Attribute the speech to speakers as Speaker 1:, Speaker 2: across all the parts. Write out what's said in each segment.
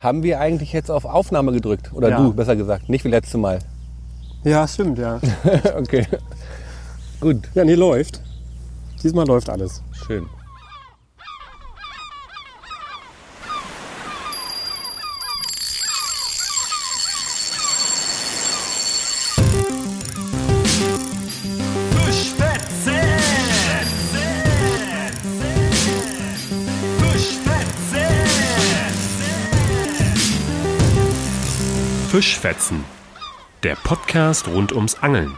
Speaker 1: Haben wir eigentlich jetzt auf Aufnahme gedrückt? Oder
Speaker 2: Ja.
Speaker 1: du, besser gesagt. Nicht wie letztes Mal.
Speaker 2: Ja, stimmt, ja.
Speaker 1: okay. Gut,
Speaker 2: Ja, nee, läuft. Diesmal läuft alles.
Speaker 1: schön.
Speaker 3: Fischfetzen. Der Podcast rund ums Angeln.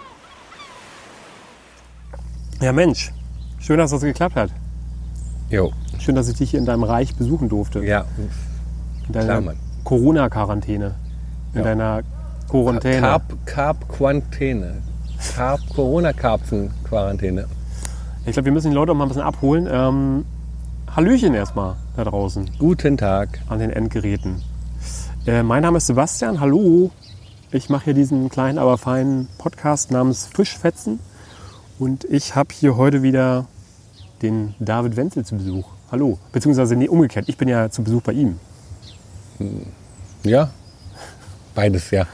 Speaker 2: Ja, Mensch. Schön, dass das geklappt hat.
Speaker 1: Jo.
Speaker 2: Schön, dass ich dich hier in deinem Reich besuchen durfte.
Speaker 1: Ja,
Speaker 2: in deiner
Speaker 1: klar, Mann.
Speaker 2: Corona-Quarantäne. In
Speaker 1: Ja.
Speaker 2: deiner Quarantäne.
Speaker 1: Carp, Carp Quarantäne. Carp Corona Karpfen Quarantäne.
Speaker 2: Ich glaube, wir müssen die Leute auch mal ein bisschen abholen. Ähm, Hallöchen erstmal da draußen
Speaker 1: Guten Tag.
Speaker 2: an den Endgeräten. Äh, mein Name ist Sebastian. Hallo. Ich mache hier diesen kleinen, aber feinen Podcast namens Fischfetzen. Und ich habe hier heute wieder den David Wenzel zu Besuch. Hallo. Beziehungsweise, nee, umgekehrt. Ich bin ja zu Besuch bei ihm.
Speaker 1: Ja? Beides, ja.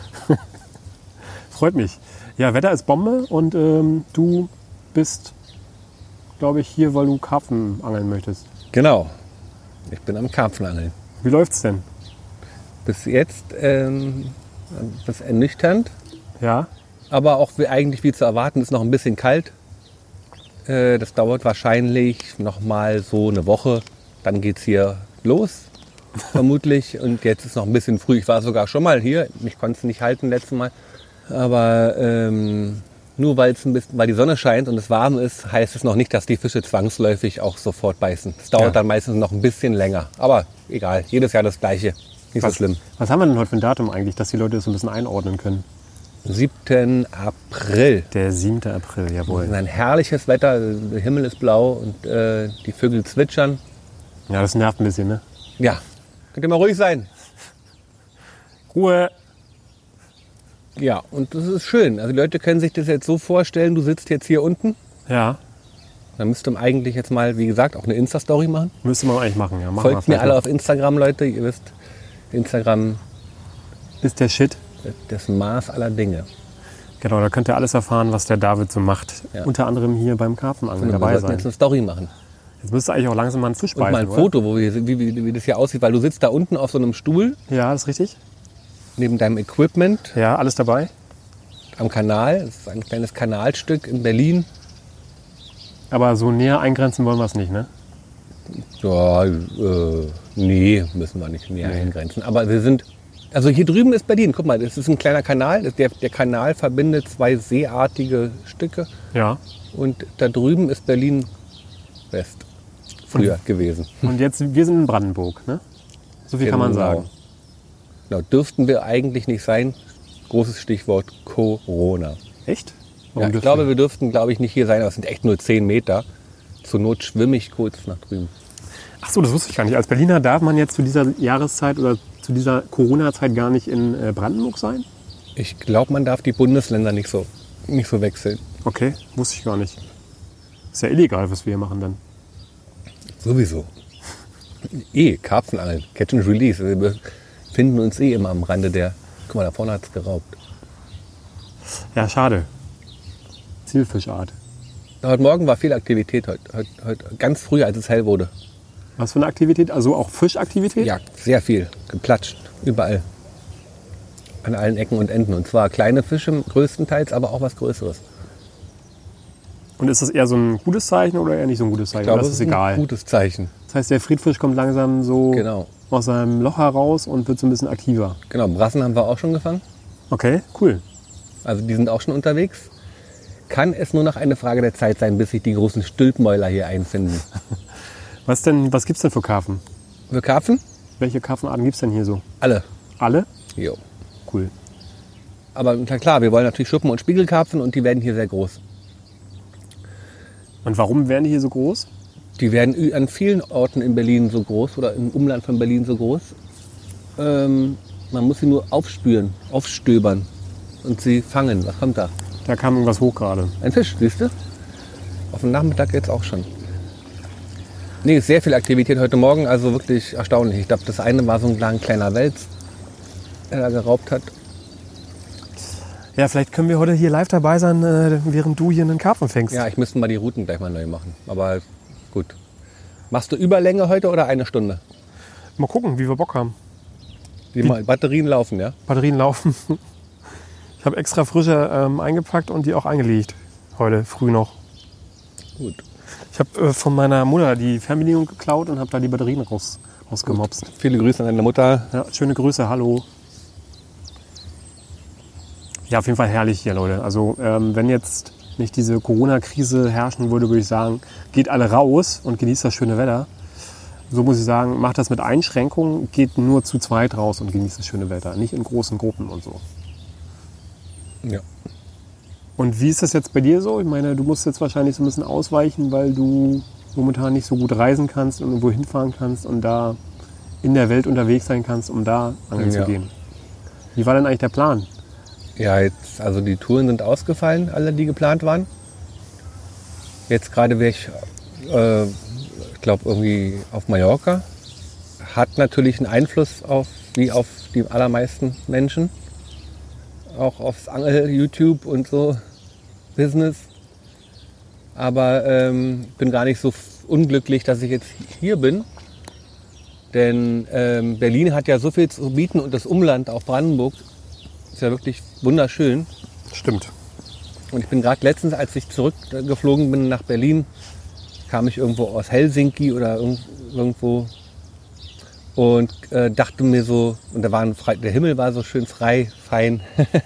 Speaker 2: Freut mich. Ja, Wetter ist Bombe und ähm, du bist, glaube ich, hier, weil du Karpfen angeln möchtest.
Speaker 1: Genau. Ich bin am Karpfenangeln.
Speaker 2: Wie läuft's denn?
Speaker 1: Bis jetzt ähm, das ist ernüchternd,
Speaker 2: Ja?
Speaker 1: aber auch wie, eigentlich wie zu erwarten, ist noch ein bisschen kalt. Äh, das dauert wahrscheinlich noch mal so eine Woche. Dann geht's hier los, vermutlich. Und jetzt ist noch ein bisschen früh. Ich war sogar schon mal hier. Mich konnte es nicht halten letztes Mal. Aber ähm, nur weil's ein bisschen, weil die Sonne scheint und es warm ist, heißt es noch nicht, dass die Fische zwangsläufig auch sofort beißen. Es dauert
Speaker 2: Ja.
Speaker 1: dann meistens noch ein bisschen länger. Aber egal, jedes Jahr das Gleiche. Nicht so
Speaker 2: Was,
Speaker 1: schlimm.
Speaker 2: was haben wir denn heute für ein Datum eigentlich, dass die Leute das so ein bisschen einordnen können?
Speaker 1: 7. April.
Speaker 2: Der 7. April,
Speaker 1: Es
Speaker 2: jawohl.
Speaker 1: ist ein herrliches Wetter, der Himmel ist blau und äh, die Vögel zwitschern.
Speaker 2: Ja, das nervt ein bisschen, ne?
Speaker 1: Ja, könnt ihr mal ruhig sein.
Speaker 2: Ruhe!
Speaker 1: Ja, und das ist schön. Also die Leute können sich das jetzt so vorstellen, du sitzt jetzt hier unten.
Speaker 2: Ja,
Speaker 1: Dann müsste man eigentlich jetzt mal, wie gesagt, auch eine Insta-Story machen.
Speaker 2: müsste man eigentlich machen, ja. Machen wir
Speaker 1: Folgt mir
Speaker 2: vielleicht
Speaker 1: alle
Speaker 2: mal.
Speaker 1: auf Instagram, Leute. Ihr wisst, Instagram
Speaker 2: Ist der Shit.
Speaker 1: das Maß aller Dinge.
Speaker 2: Genau, da könnt ihr alles erfahren, was der David so macht.
Speaker 1: Ja.
Speaker 2: Unter anderem hier beim Karpfenangeln
Speaker 1: Und wir
Speaker 2: dabei
Speaker 1: sollten
Speaker 2: sein.
Speaker 1: jetzt eine Story machen.
Speaker 2: Jetzt müsste eigentlich auch langsam mal ein Fisch
Speaker 1: Und mal ein
Speaker 2: beißen, oder?
Speaker 1: Foto, wo wir, wie, wie, wie das hier aussieht, weil du sitzt da unten auf so einem Stuhl
Speaker 2: Ja, ist richtig.
Speaker 1: neben deinem Equipment
Speaker 2: Ja, alles dabei.
Speaker 1: am Kanal. Das ist ein kleines Kanalstück in Berlin.
Speaker 2: Aber so näher eingrenzen wollen wir es nicht, ne?
Speaker 1: Ja, äh, nee, müssen wir nicht näher eingrenzen. Aber wir sind, also hier drüben ist Berlin. Guck mal, das ist ein kleiner Kanal. Das- Der, der Kanal verbindet zwei seeartige Stücke.
Speaker 2: Ja.
Speaker 1: Und da drüben ist Berlin West früher gewesen.
Speaker 2: Und jetzt, wir sind in Brandenburg, ne? So viel kann man
Speaker 1: Genau.
Speaker 2: sagen.
Speaker 1: Genau, dürften wir eigentlich nicht sein. Großes Stichwort Corona.
Speaker 2: Echt?
Speaker 1: Ja, ich
Speaker 2: dürfen
Speaker 1: glaube,
Speaker 2: wir-
Speaker 1: wir dürften, glaube ich, nicht hier sein. aber es sind echt nur 10 Meter. Zur Not schwimme ich kurz nach drüben.
Speaker 2: Ach so, das wusste ich gar nicht. Als Berliner darf man jetzt zu dieser Jahreszeit oder zu dieser Corona-Zeit gar nicht in äh, Brandenburg sein?
Speaker 1: Ich glaube, man darf die Bundesländer nicht so, nicht so wechseln.
Speaker 2: Okay, wusste ich gar nicht. Ist ja illegal, was wir hier machen dann.
Speaker 1: Sowieso. Eh, Karpfenangeln, Catch and Release. Wir befinden uns eh immer am Rande der. Guck mal, da vorne hat's geraubt.
Speaker 2: Ja, schade. Zielfischart.
Speaker 1: Heute Morgen war viel Aktivität, heute, heute, heute ganz früh, als es hell wurde.
Speaker 2: Was für eine Aktivität? Also auch Fischaktivität?
Speaker 1: Ja, sehr viel. Geplatscht, überall. An allen Ecken und Enden. Und zwar kleine Fische größtenteils, aber auch was Größeres.
Speaker 2: Und ist das eher so ein gutes Zeichen oder eher nicht so ein gutes Zeichen? oder ist es egal.
Speaker 1: ein gutes Zeichen.
Speaker 2: Das heißt, der Friedfisch kommt langsam so
Speaker 1: Genau.
Speaker 2: aus seinem Loch heraus und wird so ein bisschen aktiver.
Speaker 1: Genau, Brassen haben wir auch schon gefangen.
Speaker 2: Okay, cool.
Speaker 1: Also die sind auch schon unterwegs. Kann es nur noch eine Frage der Zeit sein, bis sich die großen Stülpmäuler hier einfinden.
Speaker 2: Was, denn, was gibt es denn für Karpfen?
Speaker 1: Für Karpfen?
Speaker 2: Welche Karpfenarten gibt es denn hier so?
Speaker 1: Alle.
Speaker 2: Alle?
Speaker 1: Jo.
Speaker 2: Cool.
Speaker 1: Aber na klar, wir wollen natürlich Schuppen- und Spiegelkarpfen und die werden hier sehr groß.
Speaker 2: Und warum werden die hier so groß?
Speaker 1: Die werden ü- an vielen Orten in Berlin so groß oder im Umland von Berlin so groß. Ähm, man muss sie nur aufspüren, aufstöbern und sie fangen. Was kommt da?
Speaker 2: Da kam irgendwas hoch gerade.
Speaker 1: Ein Fisch, siehst du? Auf den Nachmittag jetzt auch schon. Nee, sehr viel Aktivität heute Morgen, also wirklich erstaunlich. Ich glaube, das eine war so ein kleiner- kleiner Wels, der da geraubt hat.
Speaker 2: Ja, vielleicht können wir heute hier live dabei sein, äh, während du hier einen Karpfen fängst.
Speaker 1: Ja, ich müsste mal die Routen gleich mal neu machen. Aber gut. Machst du Überlänge heute oder eine Stunde?
Speaker 2: Mal gucken, wie wir Bock haben.
Speaker 1: Die mal- Batterien laufen, ja?
Speaker 2: Batterien laufen. Ich habe extra frische ähm, eingepackt und die auch eingelegt. Heute früh noch.
Speaker 1: Gut.
Speaker 2: Ich habe äh, von meiner Mutter die Fernbedienung geklaut und habe da die Batterien raus, rausgemopst.
Speaker 1: Viele Grüße an deine Mutter.
Speaker 2: Ja, schöne Grüße, hallo. Ja, auf jeden Fall herrlich hier, Leute. Also ähm, wenn jetzt nicht diese Corona-Krise herrschen würde, würde ich sagen, geht alle raus und genießt das schöne Wetter. So muss ich sagen, macht das mit Einschränkungen, geht nur zu zweit raus und genießt das schöne Wetter, nicht in großen Gruppen und so.
Speaker 1: Ja.
Speaker 2: Und wie ist das jetzt bei dir so? Ich meine, du musst jetzt wahrscheinlich so ein bisschen ausweichen, weil du momentan nicht so gut reisen kannst und irgendwo hinfahren kannst und da in der Welt unterwegs sein kannst, um da angeln
Speaker 1: Ja.
Speaker 2: zu gehen. Wie war denn eigentlich der Plan?
Speaker 1: Ja, jetzt, also die Touren sind ausgefallen, alle, die geplant waren. Jetzt gerade wäre ich, äh, ich glaube, irgendwie auf Mallorca. Hat natürlich einen Einfluss auf, wie auf die allermeisten Menschen. Auch aufs Angel, YouTube und so, Business. Aber ähm, bin gar nicht so f- unglücklich, dass ich jetzt hier bin. Denn ähm, Berlin hat ja so viel zu bieten und das Umland, auch Brandenburg, ist ja wirklich wunderschön.
Speaker 2: Stimmt.
Speaker 1: Und ich bin gerade letztens, als ich zurückgeflogen bin nach Berlin, kam ich irgendwo aus Helsinki oder irg- irgendwo und äh, dachte mir so, und da waren frei, der Himmel war so schön frei, fein.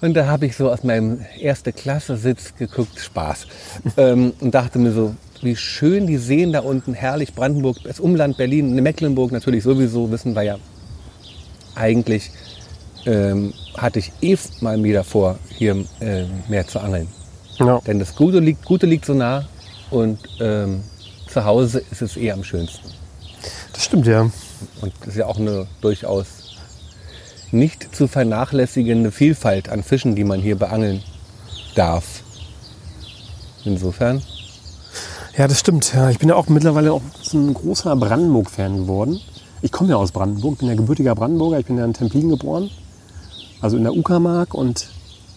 Speaker 1: und da habe ich so aus meinem erste Klasse Sitz geguckt, Spaß. ähm, und dachte mir so, wie schön die Seen da unten, herrlich Brandenburg, das Umland Berlin, Mecklenburg natürlich sowieso, wissen wir ja eigentlich ähm, hatte ich eh mal wieder vor, hier ähm, mehr zu angeln.
Speaker 2: Ja.
Speaker 1: Denn das Gute liegt, Gute liegt so nah und ähm, zu Hause ist es eh am schönsten.
Speaker 2: Das stimmt ja.
Speaker 1: Und das ist ja auch eine durchaus nicht zu vernachlässigende Vielfalt an Fischen, die man hier beangeln darf. Insofern,
Speaker 2: Ja, das stimmt. Ja, ich bin ja auch mittlerweile auch so ein großer Brandenburg-Fan geworden. Ich komme ja aus Brandenburg, bin ja gebürtiger Brandenburger, ich bin ja in Templin geboren, also in der Uckermark und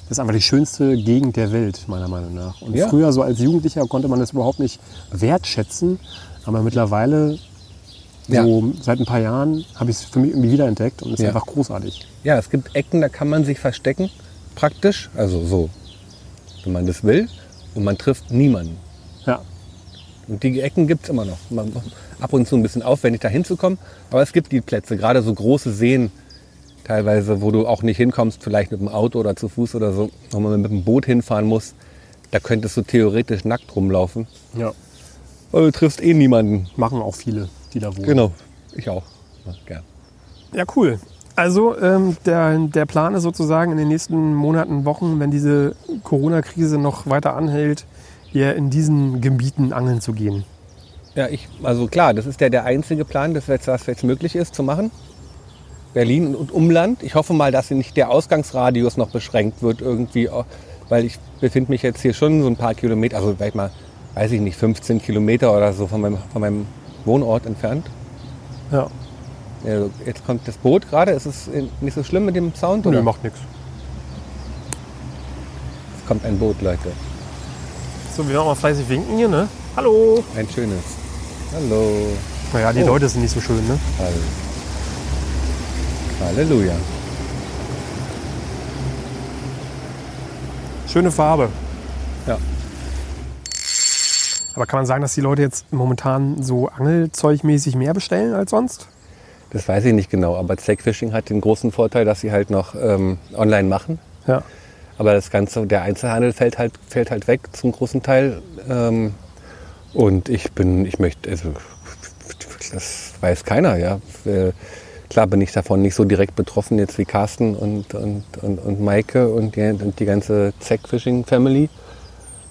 Speaker 2: das ist einfach die schönste Gegend der Welt, meiner Meinung nach. Und
Speaker 1: Ja.
Speaker 2: früher, so als Jugendlicher, konnte man das überhaupt nicht wertschätzen, aber mittlerweile,
Speaker 1: Ja.
Speaker 2: so seit ein paar Jahren, habe ich es für mich irgendwie wiederentdeckt und es ist
Speaker 1: Ja.
Speaker 2: einfach großartig.
Speaker 1: ja, es gibt Ecken, da kann man sich verstecken, praktisch, also so, wenn man das will, und man trifft niemanden.
Speaker 2: Ja,
Speaker 1: Und die Ecken gibt es immer noch. Man, ab und zu ein bisschen aufwendig da hinzukommen. Aber es gibt die Plätze, gerade so große Seen teilweise, wo du auch nicht hinkommst, vielleicht mit dem Auto oder zu Fuß oder so, wo man mit dem Boot hinfahren muss. Da könntest du theoretisch nackt rumlaufen.
Speaker 2: ja.
Speaker 1: Aber du triffst eh niemanden.
Speaker 2: Machen auch viele, die da wohnen.
Speaker 1: Genau, ich auch. Ja, gern.
Speaker 2: Ja, cool. Also ähm, der, der Plan ist sozusagen in den nächsten Monaten, Wochen, wenn diese Corona-Krise noch weiter anhält, eher in diesen Gebieten angeln zu gehen.
Speaker 1: Ja, ich, also klar, das ist ja der einzige Plan, das jetzt, was jetzt möglich ist zu machen. Berlin und Umland. Ich hoffe mal, dass hier nicht der Ausgangsradius noch beschränkt wird irgendwie, äh, weil ich befinde mich jetzt hier schon so ein paar Kilometer, also vielleicht mal, weiß ich nicht, 15 Kilometer oder so von meinem, von meinem Wohnort entfernt.
Speaker 2: Ja,
Speaker 1: Also jetzt kommt das Boot gerade. Ist es äh, nicht so schlimm mit dem Sound?
Speaker 2: Nö,
Speaker 1: Oder?
Speaker 2: macht nichts.
Speaker 1: Es kommt ein Boot, Leute.
Speaker 2: So, wir werden auch mal fleißig winken hier, ne? Hallo!
Speaker 1: Ein schönes. Hallo.
Speaker 2: Naja, die
Speaker 1: Oh.
Speaker 2: Leute sind nicht so schön, ne?
Speaker 1: Halleluja.
Speaker 2: Schöne Farbe.
Speaker 1: Ja.
Speaker 2: Aber kann man sagen, dass die Leute jetzt momentan so angelzeugmäßig mehr bestellen als sonst?
Speaker 1: Das weiß ich nicht genau, aber Zackfishing hat den großen Vorteil, dass sie halt noch ähm, online machen.
Speaker 2: Ja.
Speaker 1: Aber das Ganze, der Einzelhandel fällt halt, fällt halt weg zum großen Teil. Ähm, und ich bin, ich möchte, also das weiß keiner, ja. Äh, Klar bin ich davon nicht so direkt betroffen jetzt wie Carsten und, und, und, und Maike und die, und die ganze Zackfishing-Family.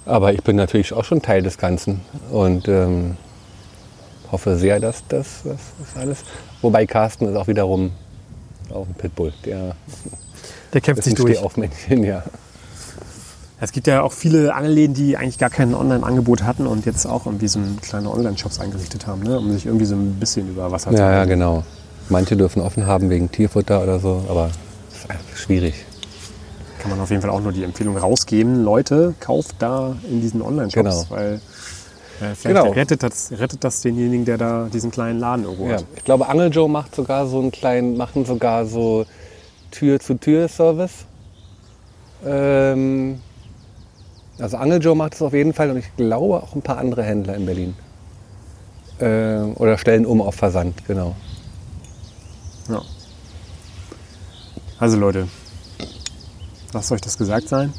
Speaker 1: Aber ich bin natürlich auch schon Teil des Ganzen und ähm, hoffe sehr, dass das, das ist alles. Wobei Carsten ist auch wiederum auch ein Pitbull, der
Speaker 2: Der kämpft
Speaker 1: ist ein
Speaker 2: sich durch.
Speaker 1: Stehaufmännchen, ja.
Speaker 2: Es gibt ja auch viele Angelläden, die eigentlich gar kein Online-Angebot hatten und jetzt auch irgendwie so kleine Online-Shops eingerichtet haben, ne? um sich irgendwie so ein bisschen über Wasser zu
Speaker 1: Ja, ja,
Speaker 2: halten.
Speaker 1: genau. Manche dürfen offen haben wegen Tierfutter oder so, aber ist einfach schwierig.
Speaker 2: Kann man auf jeden Fall auch nur die Empfehlung rausgeben. Leute, kauft da in diesen Online-Shops,
Speaker 1: Genau.
Speaker 2: weil äh, vielleicht
Speaker 1: Genau.
Speaker 2: rettet, das, rettet das denjenigen, der da diesen kleinen Laden irgendwo
Speaker 1: Ja.
Speaker 2: hat.
Speaker 1: Ich glaube, Angel Joe macht sogar so einen kleinen, machen sogar so Tür-zu-Tür-Service. Ähm, also Angel Joe macht es auf jeden Fall und ich glaube auch ein paar andere Händler in Berlin. Ähm, oder stellen um auf Versand, genau.
Speaker 2: Ja. Also Leute, lasst euch das gesagt sein.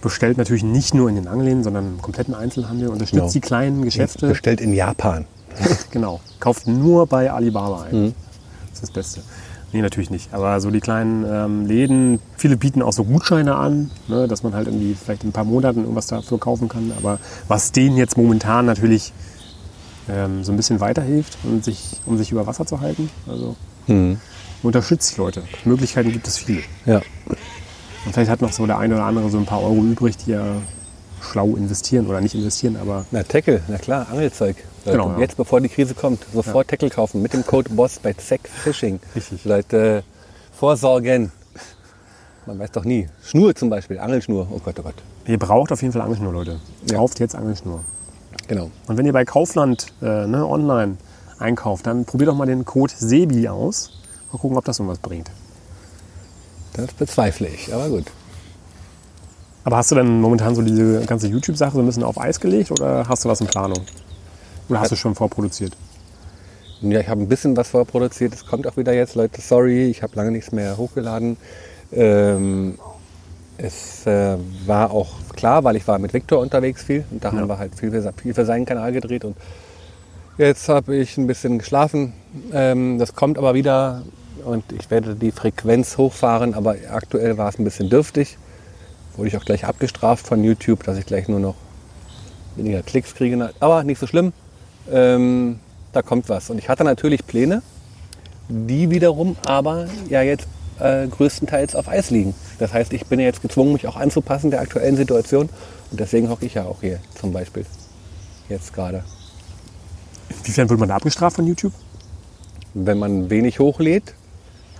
Speaker 2: Bestellt natürlich nicht nur in den Angelläden, sondern im kompletten Einzelhandel. Unterstützt
Speaker 1: Genau.
Speaker 2: die kleinen Geschäfte.
Speaker 1: Bestellt in Japan.
Speaker 2: genau. Kauft nur bei Alibaba ein. Das ist das Beste. Nee, natürlich nicht. Aber so die kleinen ähm, Läden, viele bieten auch so Gutscheine an, ne, dass man halt irgendwie vielleicht in ein paar Monaten irgendwas dafür kaufen kann. Aber was denen jetzt momentan natürlich ähm, so ein bisschen weiterhilft, um sich, um sich über Wasser zu halten. Also unterstützt die Leute. Möglichkeiten gibt es viele.
Speaker 1: Ja.
Speaker 2: Und vielleicht hat noch so der eine oder andere so ein paar Euro übrig, die er schlau investieren oder nicht investieren, aber
Speaker 1: Na, Tackle, na klar, Angelzeug. Leute,
Speaker 2: Genau, ja.
Speaker 1: Jetzt, bevor die Krise kommt, sofort Tackle kaufen mit dem Code BOSS bei Zack Fishing.
Speaker 2: Richtig.
Speaker 1: Leute, vorsorgen. Man weiß doch nie. Schnur zum Beispiel, Angelschnur. Oh Gott, oh Gott.
Speaker 2: ihr braucht auf jeden Fall Angelschnur, Leute.
Speaker 1: Ja.
Speaker 2: Kauft jetzt Angelschnur.
Speaker 1: Genau.
Speaker 2: Und wenn ihr bei Kaufland äh, ne, online einkauft, dann probiert doch mal den Code SEBI aus. Mal gucken, ob das irgendwas bringt.
Speaker 1: Das bezweifle ich, aber gut.
Speaker 2: Aber hast du denn momentan so diese ganze YouTube-Sache so ein bisschen auf Eis gelegt oder hast du was in Planung? Oder hast du schon vorproduziert?
Speaker 1: Ja, ich habe ein bisschen was vorproduziert. Es kommt auch wieder jetzt, Leute. Sorry, ich habe lange nichts mehr hochgeladen. Ähm, es äh, war auch klar, weil ich war mit Viktor unterwegs viel und da haben wir halt viel für, viel für seinen Kanal gedreht und jetzt habe ich ein bisschen geschlafen. Ähm, das kommt aber wieder und ich werde die Frequenz hochfahren, aber aktuell war es ein bisschen dürftig. Wurde ich auch gleich abgestraft von YouTube, dass ich gleich nur noch weniger Klicks kriege. Aber nicht so schlimm. Ähm, da kommt was. Und ich hatte natürlich Pläne, die wiederum aber ja jetzt äh, größtenteils auf Eis liegen. Das heißt, ich bin ja jetzt gezwungen, mich auch anzupassen der aktuellen Situation. Und deswegen hocke ich ja auch hier zum Beispiel. Jetzt gerade.
Speaker 2: Inwiefern wird man da abgestraft von YouTube?
Speaker 1: Wenn man wenig hochlädt,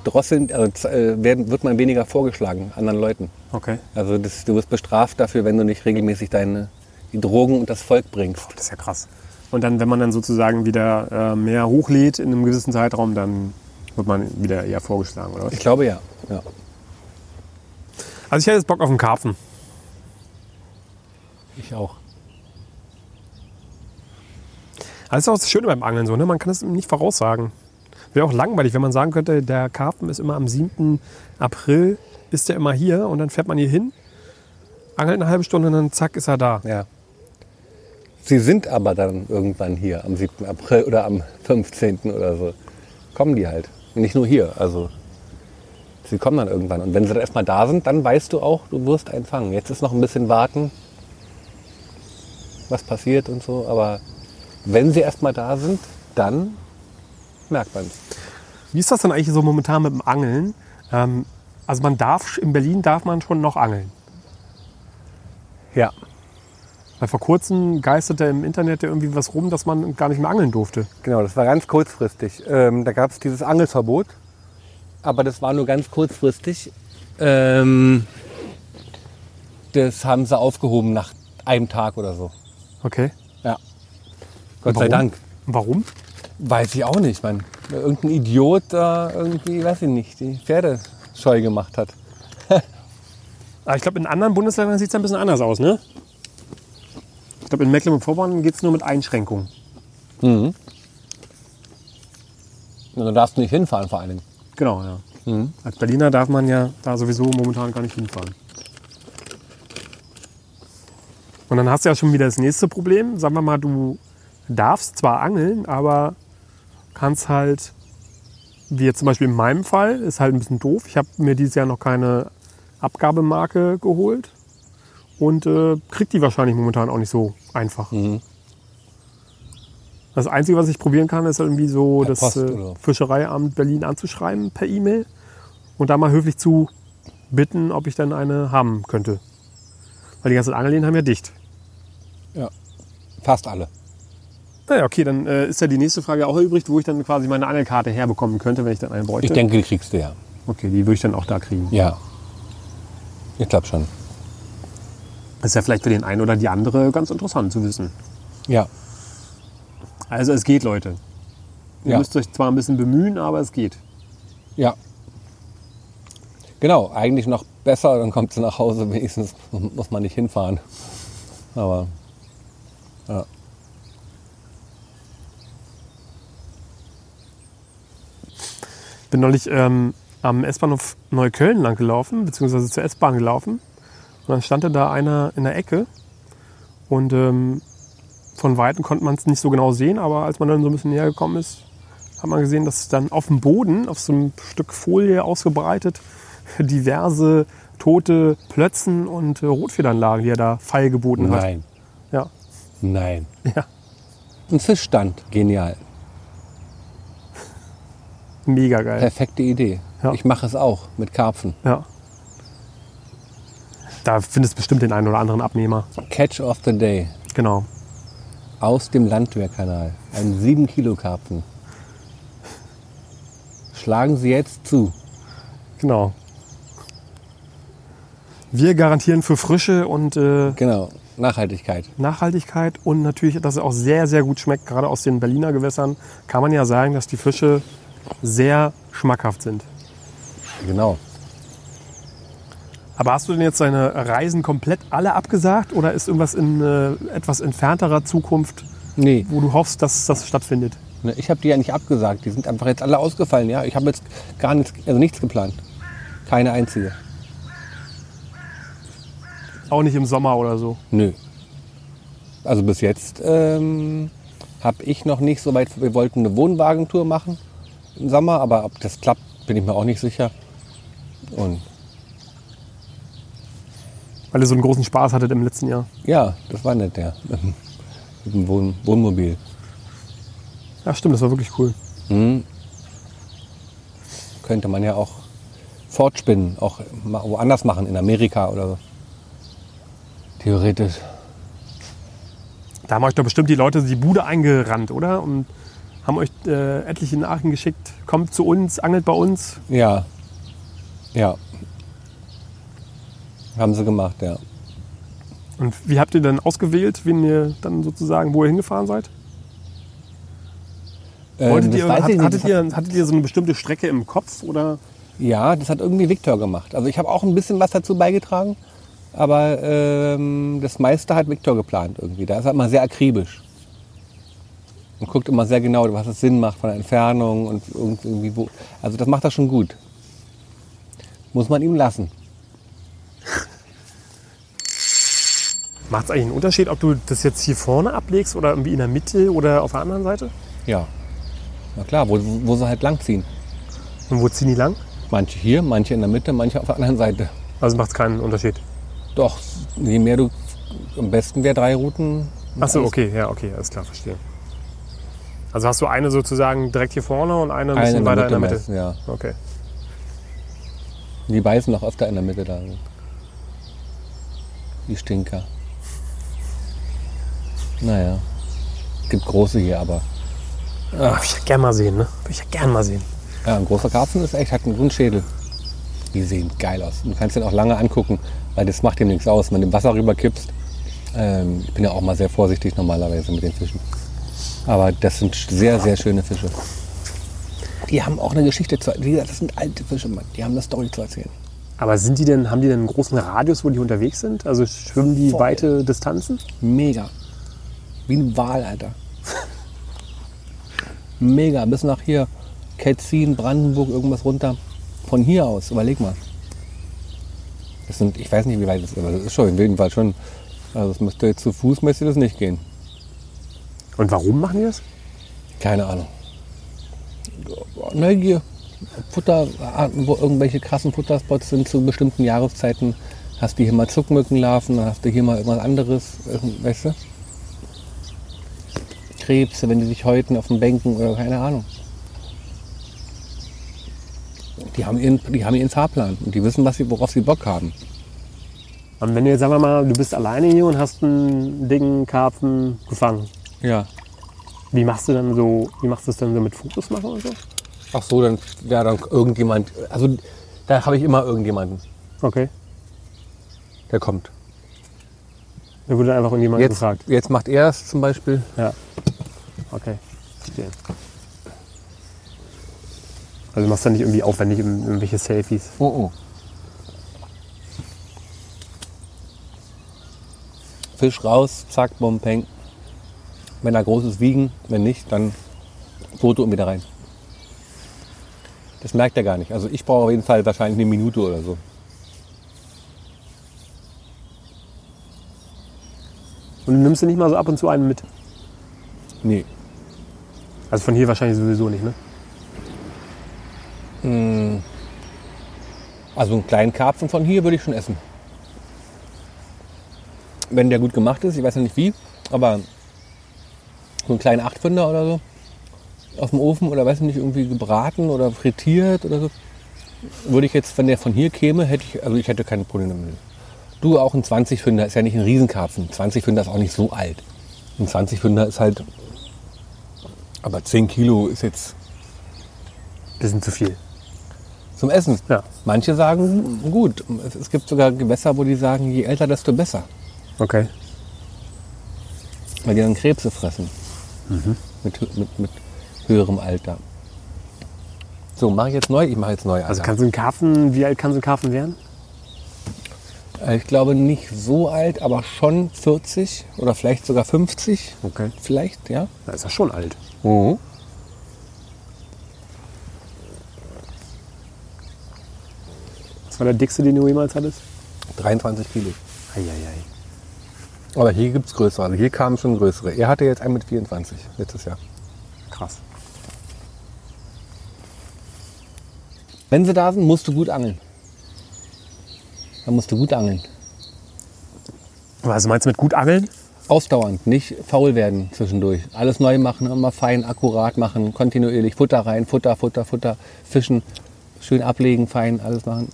Speaker 1: drosseln, also, z- äh, werden, wird man weniger vorgeschlagen anderen Leuten.
Speaker 2: Okay.
Speaker 1: Also das, du wirst bestraft dafür, wenn du nicht regelmäßig deine die Drogen und das Volk bringst.
Speaker 2: Das ist ja krass. Und dann, wenn man dann sozusagen wieder äh, mehr hochlädt in einem gewissen Zeitraum, dann wird man wieder eher vorgeschlagen, oder was?
Speaker 1: Ich glaube ja. ja.
Speaker 2: Also ich hätte jetzt Bock auf einen Karpfen.
Speaker 1: Ich auch.
Speaker 2: Also das ist auch das Schöne beim Angeln so, ne? Man kann es nicht voraussagen. Wäre auch langweilig, wenn man sagen könnte, der Karpfen ist immer am 7. April, ist er immer hier und dann fährt man hier hin, angelt eine halbe Stunde und dann zack ist er da.
Speaker 1: Ja. Sie sind aber dann irgendwann hier am 7. April oder am 15. oder so. Kommen die halt. Nicht nur hier, also sie kommen dann irgendwann. Und wenn sie dann erstmal da sind, dann weißt du auch, du wirst einen fangen. Jetzt ist noch ein bisschen warten, was passiert und so. Aber wenn sie erstmal da sind, dann merkt man es.
Speaker 2: Wie ist das denn eigentlich so momentan mit dem Angeln? Ähm, also man darf, in Berlin darf man schon noch angeln.
Speaker 1: Ja.
Speaker 2: Weil vor kurzem geisterte im Internet ja irgendwie was rum, dass man gar nicht mehr angeln durfte.
Speaker 1: Genau, das war ganz kurzfristig. Ähm, da gab es dieses Angelverbot, aber das war nur ganz kurzfristig. Ähm, das haben sie aufgehoben nach einem Tag oder so.
Speaker 2: Okay.
Speaker 1: Ja. Gott sei Dank.
Speaker 2: Warum?
Speaker 1: Weiß ich auch nicht, man. Irgendein Idiot da irgendwie, weiß ich nicht, die Pferde scheu gemacht hat.
Speaker 2: Aber Ah, ich glaube, in anderen Bundesländern sieht es ein bisschen anders aus, ne? Ich glaube, in Mecklenburg-Vorpommern geht es nur mit Einschränkungen.
Speaker 1: Und da darfst du nicht hinfahren vor allen Dingen.
Speaker 2: Genau, ja. Als Berliner darf man ja da sowieso momentan gar nicht hinfahren. Und dann hast du ja schon wieder das nächste Problem. Sagen wir mal, du darfst zwar angeln, aber kannst halt, wie jetzt zum Beispiel in meinem Fall, ist halt ein bisschen doof. Ich habe mir dieses Jahr noch keine Abgabemarke geholt und äh, krieg die wahrscheinlich momentan auch nicht so einfach.
Speaker 1: Mhm.
Speaker 2: Das Einzige, was ich probieren kann, ist halt irgendwie so
Speaker 1: Per
Speaker 2: das
Speaker 1: Post
Speaker 2: äh,
Speaker 1: oder?
Speaker 2: Fischereiamt Berlin anzuschreiben per E-Mail und da mal höflich zu bitten, ob ich dann eine haben könnte. Weil die ganzen Angeln haben ja dicht.
Speaker 1: Fast alle.
Speaker 2: Naja, okay, dann äh, ist ja die nächste Frage auch übrig, wo ich dann quasi meine Angelkarte herbekommen könnte, wenn ich dann einen bräuchte.
Speaker 1: Ich denke, die kriegst du ja.
Speaker 2: Okay, die würde ich dann auch da kriegen.
Speaker 1: Ja. Ich glaube schon.
Speaker 2: Ist ja vielleicht für den einen oder die andere ganz interessant zu wissen.
Speaker 1: Ja.
Speaker 2: Also es geht, Leute. Ihr
Speaker 1: Ja.
Speaker 2: müsst euch zwar ein bisschen bemühen, aber es geht.
Speaker 1: Ja. Genau, eigentlich noch besser, dann kommt sie nach Hause, wenigstens muss man nicht hinfahren. Aber ja.
Speaker 2: Ich bin neulich ähm, am S-Bahnhof Neukölln lang gelaufen, beziehungsweise zur S-Bahn gelaufen. Und dann stand da einer in der Ecke. Und ähm, von Weitem konnte man es nicht so genau sehen, aber als man dann so ein bisschen näher gekommen ist, hat man gesehen, dass dann auf dem Boden, auf so einem Stück Folie ausgebreitet, diverse tote Plötzen und äh, Rotfedern lagen, die er da Fall geboten hat.
Speaker 1: nein,
Speaker 2: Ja.
Speaker 1: nein.
Speaker 2: ja,
Speaker 1: Ein Fischstand, genial.
Speaker 2: mega geil.
Speaker 1: Perfekte Idee.
Speaker 2: Äh? Ja.
Speaker 1: Ich mache es auch mit Karpfen.
Speaker 2: Ja. Da findest bestimmt den einen oder anderen Abnehmer.
Speaker 1: Catch of the Day
Speaker 2: Genau.
Speaker 1: aus dem Landwehrkanal. Ein 7 Kilo Karpfen. Schlagen Sie jetzt zu.
Speaker 2: Genau. Wir garantieren für Frische und äh,
Speaker 1: Genau, Nachhaltigkeit.
Speaker 2: Nachhaltigkeit und natürlich, dass es auch sehr, sehr gut schmeckt. Gerade aus den Berliner Gewässern kann man ja sagen, dass die Fische sehr schmackhaft sind.
Speaker 1: Genau.
Speaker 2: Aber hast du denn jetzt deine Reisen komplett alle abgesagt oder ist irgendwas in äh, etwas entfernterer Zukunft,
Speaker 1: Nee,
Speaker 2: wo du hoffst, dass das stattfindet?
Speaker 1: Ne, Ich habe die ja nicht abgesagt. Die sind einfach jetzt alle ausgefallen. Ja, ich habe jetzt gar nichts, also nichts geplant. Keine einzige.
Speaker 2: Auch nicht im Sommer oder so.
Speaker 1: Nö. Also bis jetzt ähm, habe ich noch nicht so weit. Wir wollten eine Wohnwagentour machen im Sommer, aber ob das klappt, bin ich mir auch nicht sicher. Und
Speaker 2: Weil ihr so einen großen Spaß hattet im letzten Jahr.
Speaker 1: ja, das war nett, ja. Mit dem Wohn Wohnmobil.
Speaker 2: Ja, stimmt, das war wirklich cool.
Speaker 1: Hm. Könnte man ja auch fortspinnen, auch ma- woanders machen, in Amerika oder so. Theoretisch.
Speaker 2: Da haben euch doch bestimmt die Leute die Bude eingerannt, oder? Und haben euch äh, etliche Nachrichten geschickt. Kommt zu uns, angelt bei uns.
Speaker 1: Ja. Ja. Haben sie gemacht, ja.
Speaker 2: Und wie habt ihr dann ausgewählt, wen ihr dann sozusagen, wo ihr hingefahren seid?
Speaker 1: Ähm,
Speaker 2: Wolltet
Speaker 1: das
Speaker 2: ihr,
Speaker 1: weiß
Speaker 2: hat,
Speaker 1: ich nicht.
Speaker 2: hattet,
Speaker 1: Das hat,
Speaker 2: ihr, hattet ihr so eine bestimmte Strecke im Kopf oder?
Speaker 1: ja, das hat irgendwie Viktor gemacht. Also ich habe auch ein bisschen was dazu beigetragen, aber ähm, das meiste hat Viktor geplant irgendwie. Da ist er immer sehr akribisch. Und guckt immer sehr genau, was es Sinn macht von der Entfernung und irgend- irgendwie wo. Also das macht er schon gut. Muss man ihm lassen.
Speaker 2: Macht es eigentlich einen Unterschied, ob du das jetzt hier vorne ablegst oder irgendwie in der Mitte oder auf der anderen Seite?
Speaker 1: Ja. Na klar, wo, wo sie halt langziehen.
Speaker 2: Und wo ziehen die lang?
Speaker 1: Manche hier, manche in der Mitte, manche auf der anderen Seite.
Speaker 2: Also macht es keinen Unterschied.
Speaker 1: Doch, je mehr du, am besten wäre drei Routen.
Speaker 2: Achso, okay, ja, okay, alles klar, verstehe. Also hast du eine sozusagen direkt hier vorne und eine ein bisschen
Speaker 1: Eine
Speaker 2: weiter in der Mitte.
Speaker 1: meistens, Ja.
Speaker 2: Okay.
Speaker 1: Die beißen noch öfter in der Mitte da. Die Stinker. Naja. Es gibt große hier, aber.
Speaker 2: Ah, Würde ich ja gern mal sehen, ne? Würde ich ja gern mal sehen.
Speaker 1: Ja, ein großer Karpfen ist echt, hat einen Grundschädel. Die sehen geil aus. Und Du kannst den auch lange angucken, weil das macht dem nichts aus. Wenn du im Wasser rüberkippst, ähm, ich bin ja auch mal sehr vorsichtig normalerweise mit den Fischen. Aber das sind sch- sehr, sehr schöne Fische. Die haben auch eine Geschichte zu erzählen. Das sind alte Fische, Mann. Die haben eine Story zu erzählen.
Speaker 2: Aber sind die denn, haben die denn einen großen Radius, wo die unterwegs sind? Also schwimmen die
Speaker 1: Voll.
Speaker 2: weite Distanzen?
Speaker 1: Mega. Wie ein Wal, Alter. Mega. Bis nach hier. Ketzin, Brandenburg, irgendwas runter. Von hier aus, überleg mal. Das sind, ich weiß nicht, wie weit das ist, aber das ist schon, in jedem Fall schon. Also es müsste jetzt zu Fuß müsste das nicht gehen.
Speaker 2: Und warum machen die das?
Speaker 1: Keine Ahnung. Neugier. Futter, ah, wo irgendwelche krassen Futterspots sind zu bestimmten Jahreszeiten. Hast du hier mal Zuckmückenlarven, dann hast du hier mal irgendwas anderes, irgend- weißt du? Krebse, wenn die sich häuten auf den Bänken oder keine Ahnung. Die haben ihren, die haben ihren Fahrplan und die wissen, was sie, worauf sie Bock haben.
Speaker 2: Und wenn du jetzt, sagen wir mal, du bist alleine hier und hast einen dicken Karpfen gefangen,
Speaker 1: Ja.
Speaker 2: wie machst du dann so, wie machst du es dann so mit Fotos machen und so?
Speaker 1: Ach so, dann, ja, dann irgendjemand. Also da habe ich immer irgendjemanden,
Speaker 2: Okay.
Speaker 1: der kommt.
Speaker 2: Da wurde einfach irgendjemand
Speaker 1: Jetzt,
Speaker 2: gefragt.
Speaker 1: jetzt macht er es zum Beispiel.
Speaker 2: Ja. Okay. Verstehe. Also du machst du nicht irgendwie aufwendig irgendw- irgendwelche Selfies.
Speaker 1: Oh, oh. Fisch raus, zack, bom, peng. Wenn er groß ist, wiegen. Wenn nicht, dann Foto und wieder rein. Das merkt er gar nicht. Also ich brauche auf jeden Fall wahrscheinlich eine Minute oder so.
Speaker 2: Und du nimmst du nicht mal so ab und zu einen mit.
Speaker 1: Nee.
Speaker 2: Also von hier wahrscheinlich sowieso nicht, ne?
Speaker 1: Also einen kleinen Karpfen von hier würde ich schon essen. Wenn der gut gemacht ist, ich weiß ja nicht wie, aber so einen kleinen Achtpfünder oder so auf dem Ofen oder weiß ich nicht, irgendwie gebraten oder frittiert oder so, würde ich jetzt, wenn der von hier käme, hätte ich, also ich hätte keine Probleme damit. Du auch ein 20-Pfünder ist ja nicht ein Riesenkarpfen. 20-Pfünder ist auch nicht so alt. Ein 20-Pfünder ist halt, aber 10 Kilo ist jetzt
Speaker 2: Bisschen zu viel.
Speaker 1: zum Essen.
Speaker 2: Ja.
Speaker 1: Manche sagen, gut. Es, es gibt sogar Gewässer, wo die sagen, je älter, desto besser.
Speaker 2: Okay.
Speaker 1: Weil die dann Krebse fressen.
Speaker 2: Mhm.
Speaker 1: Mit, hö- mit, mit höherem Alter. So, mache ich jetzt neu? Ich mache jetzt neu. Alter.
Speaker 2: Also kannst du einen Karpfen, wie alt kann so ein Karpfen werden?
Speaker 1: Äh, ich glaube nicht so alt, aber schon 40 oder vielleicht sogar 50.
Speaker 2: Okay.
Speaker 1: Vielleicht, ja.
Speaker 2: Da ist er schon alt. Mhm. Das war der dickste, den du jemals hattest?
Speaker 1: 23 Kilo.
Speaker 2: Eieiei.
Speaker 1: Aber hier gibt es größere. Also hier kamen schon größere. Er hatte jetzt einen mit 24 letztes Jahr.
Speaker 2: Krass.
Speaker 1: Wenn sie da sind, musst du gut angeln. Dann musst du gut angeln.
Speaker 2: Also meinst du mit gut angeln?
Speaker 1: Ausdauernd, nicht faul werden zwischendurch. Alles neu machen, immer fein, akkurat machen, kontinuierlich Futter rein, Futter, Futter, Futter, fischen, schön ablegen, fein, alles machen.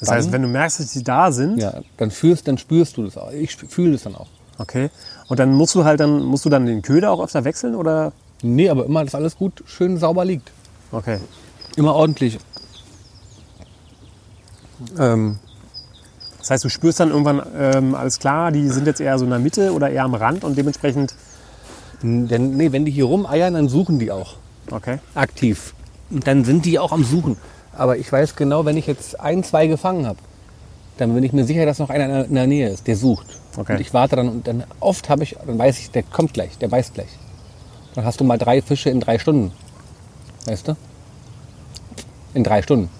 Speaker 2: Das heißt, wenn du merkst, dass die da sind,
Speaker 1: Ja, dann fühlst, dann spürst du das auch. Ich fühle das dann auch.
Speaker 2: okay, und dann musst du halt dann, musst du dann den Köder auch öfter wechseln oder?
Speaker 1: Nee, aber immer, dass alles gut, schön sauber liegt.
Speaker 2: Okay.
Speaker 1: Immer ordentlich. Ähm,
Speaker 2: Das heißt, du spürst dann irgendwann, ähm, alles klar, die sind jetzt eher so in der Mitte oder eher am Rand und dementsprechend,
Speaker 1: denn, nee, wenn die hier rumeiern, dann suchen die auch.
Speaker 2: okay.
Speaker 1: aktiv. Und dann sind die auch am Suchen. Aber ich weiß genau, wenn ich jetzt ein, zwei gefangen habe, dann bin ich mir sicher, dass noch einer in der Nähe ist, der sucht.
Speaker 2: Okay.
Speaker 1: Und ich warte dann und dann oft habe ich, dann weiß ich, der kommt gleich, der beißt gleich. Dann hast du mal drei Fische in drei Stunden. Weißt du? In drei Stunden.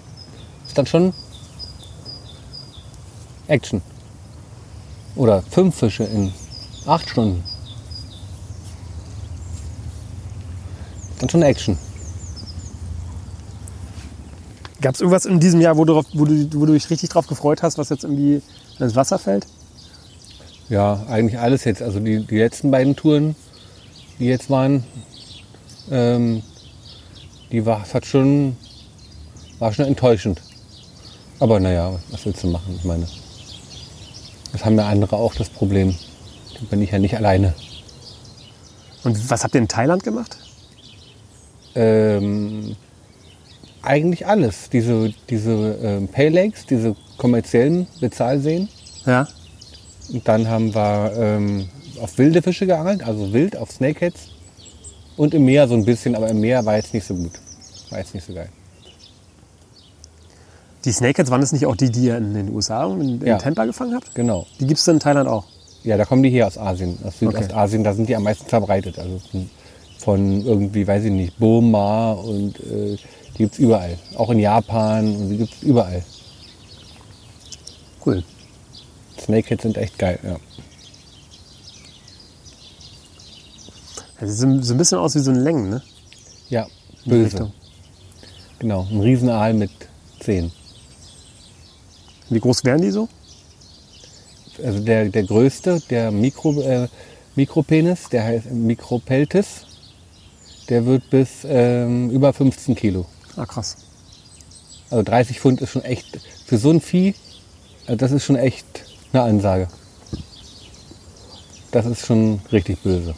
Speaker 1: Ist dann schon Action. Oder fünf Fische in acht Stunden. Dann schon Action.
Speaker 2: Gab es irgendwas in diesem Jahr, wo du, drauf- wo, du, wo du dich richtig drauf gefreut hast, was jetzt irgendwie ins Wasser fällt?
Speaker 1: Ja, eigentlich alles jetzt. Also die, die letzten beiden Touren, die jetzt waren, ähm, die war, es hat schon, war schon enttäuschend. Aber naja, was willst du machen? Ich meine, das haben ja andere auch das Problem. Da bin ich ja nicht alleine.
Speaker 2: Und was habt ihr in Thailand gemacht?
Speaker 1: Ähm, eigentlich alles. Diese, diese ähm, Paylakes, diese kommerziellen Bezahlseen.
Speaker 2: Ja.
Speaker 1: Und dann haben wir ähm, auf wilde Fische geangelt, also wild, auf Snakeheads. Und im Meer so ein bisschen, aber im Meer war jetzt nicht so gut. War jetzt nicht so geil.
Speaker 2: Die Snakeheads, waren das nicht auch die, die ihr in den USA und in, in
Speaker 1: Ja.
Speaker 2: Tampa gefangen habt?
Speaker 1: Genau.
Speaker 2: Die gibt es in Thailand auch.
Speaker 1: Ja, da kommen die hier aus Asien, aus Südostasien, da sind die am meisten verbreitet. Also von- von irgendwie, weiß ich nicht, Burma und äh, die gibt's überall. Auch in Japan und die gibt's überall.
Speaker 2: Cool.
Speaker 1: Snakeheads sind echt geil, ja.
Speaker 2: Also sie sehen so ein bisschen aus wie so ein Längen, ne?
Speaker 1: Ja,
Speaker 2: In die
Speaker 1: böse.
Speaker 2: Richtung.
Speaker 1: Genau, ein Riesenaal mit Zehen.
Speaker 2: Wie groß wären die so?
Speaker 1: also der, der größte, der Mikro, äh, Mikropenis, der heißt Mikropeltis, der wird bis ähm, über 15 Kilo.
Speaker 2: Ah, krass.
Speaker 1: Also 30 Pfund äh, ist schon echt, für so ein Vieh, also das ist schon echt eine Ansage. Das ist schon richtig böse.